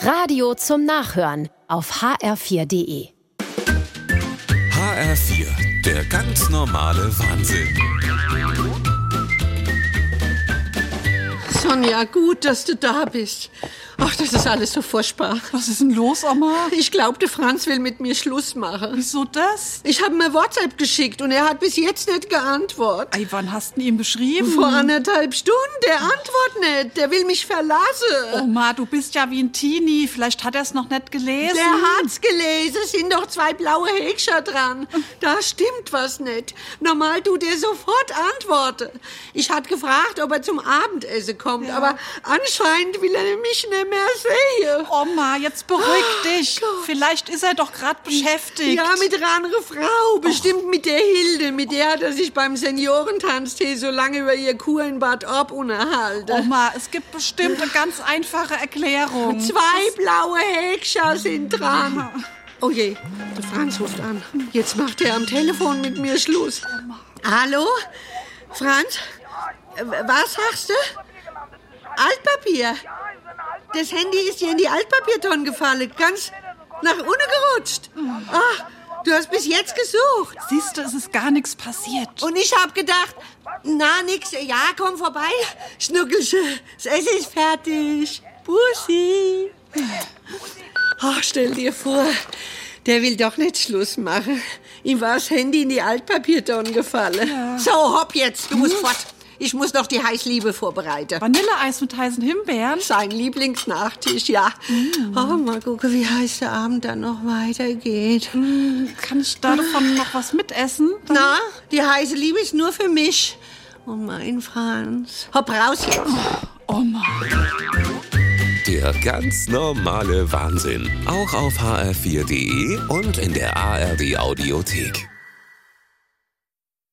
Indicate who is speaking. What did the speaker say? Speaker 1: Radio zum Nachhören auf hr4.de.
Speaker 2: HR4, der ganz normale Wahnsinn.
Speaker 3: Sonja, gut, dass du da bist. Ach, das ist alles so furchtbar.
Speaker 4: Was ist denn los, Oma?
Speaker 3: Ich glaubte, Franz will mit mir Schluss machen.
Speaker 4: Wieso das?
Speaker 3: Ich habe mir WhatsApp geschickt und er hat bis jetzt nicht geantwortet.
Speaker 4: Ey, wann hast du ihn beschrieben?
Speaker 3: Vor anderthalb Stunden, der antwortet nicht. Der will mich verlassen.
Speaker 4: Oma, du bist ja wie ein Teenie. Vielleicht hat er es noch nicht gelesen.
Speaker 3: Der hat's gelesen, sind doch zwei blaue Häkchen dran. Da stimmt was nicht. Normal tut er sofort antworten. Ich hatte gefragt, ob er zum Abendessen kommt, aber anscheinend will er mich nicht mehr sehen.
Speaker 4: Oma, jetzt beruhig dich. Vielleicht ist er doch gerade beschäftigt.
Speaker 3: Oh Ja, mit einer anderen Frau. Bestimmt mit der Hilde. Mit der hat er sich beim Seniorentanztee so lange über ihr Kur in Bad Orb unterhalten.
Speaker 4: Oma, es gibt bestimmt eine ganz einfache Erklärung.
Speaker 3: Zwei blaue Häkscher sind dran. Oh je, der Franz ruft an. Jetzt macht er am Telefon mit mir Schluss. Hallo? Franz? Äh, Was sagst du? Altpapier. Das Handy ist dir in die Altpapiertonne gefallen. Ganz nach unten gerutscht. Ach, du hast bis jetzt gesucht.
Speaker 4: Siehst du, es ist gar nichts passiert.
Speaker 3: Und ich hab gedacht, na nix, ja, komm vorbei, Schnuckelsche, das Essen ist fertig. Bussi. Ach, Ah, stell dir vor, der will doch nicht Schluss machen. Ihm war das Handy in die Altpapiertonne gefallen. So, hopp jetzt, du musst fort. Ich muss noch die Heißliebe vorbereiten.
Speaker 4: Vanilleeis mit heißen Himbeeren?
Speaker 3: Sein Lieblingsnachtisch, ja. Oh, mal gucken, wie heiß der Abend dann noch weitergeht.
Speaker 4: Kann ich davon noch was mitessen?
Speaker 3: Na, die heiße Liebe ist nur für mich. Oh mein Franz. Hopp raus jetzt.
Speaker 4: Oma.
Speaker 2: Der ganz normale Wahnsinn. Auch auf hr4.de und in der ARD Audiothek.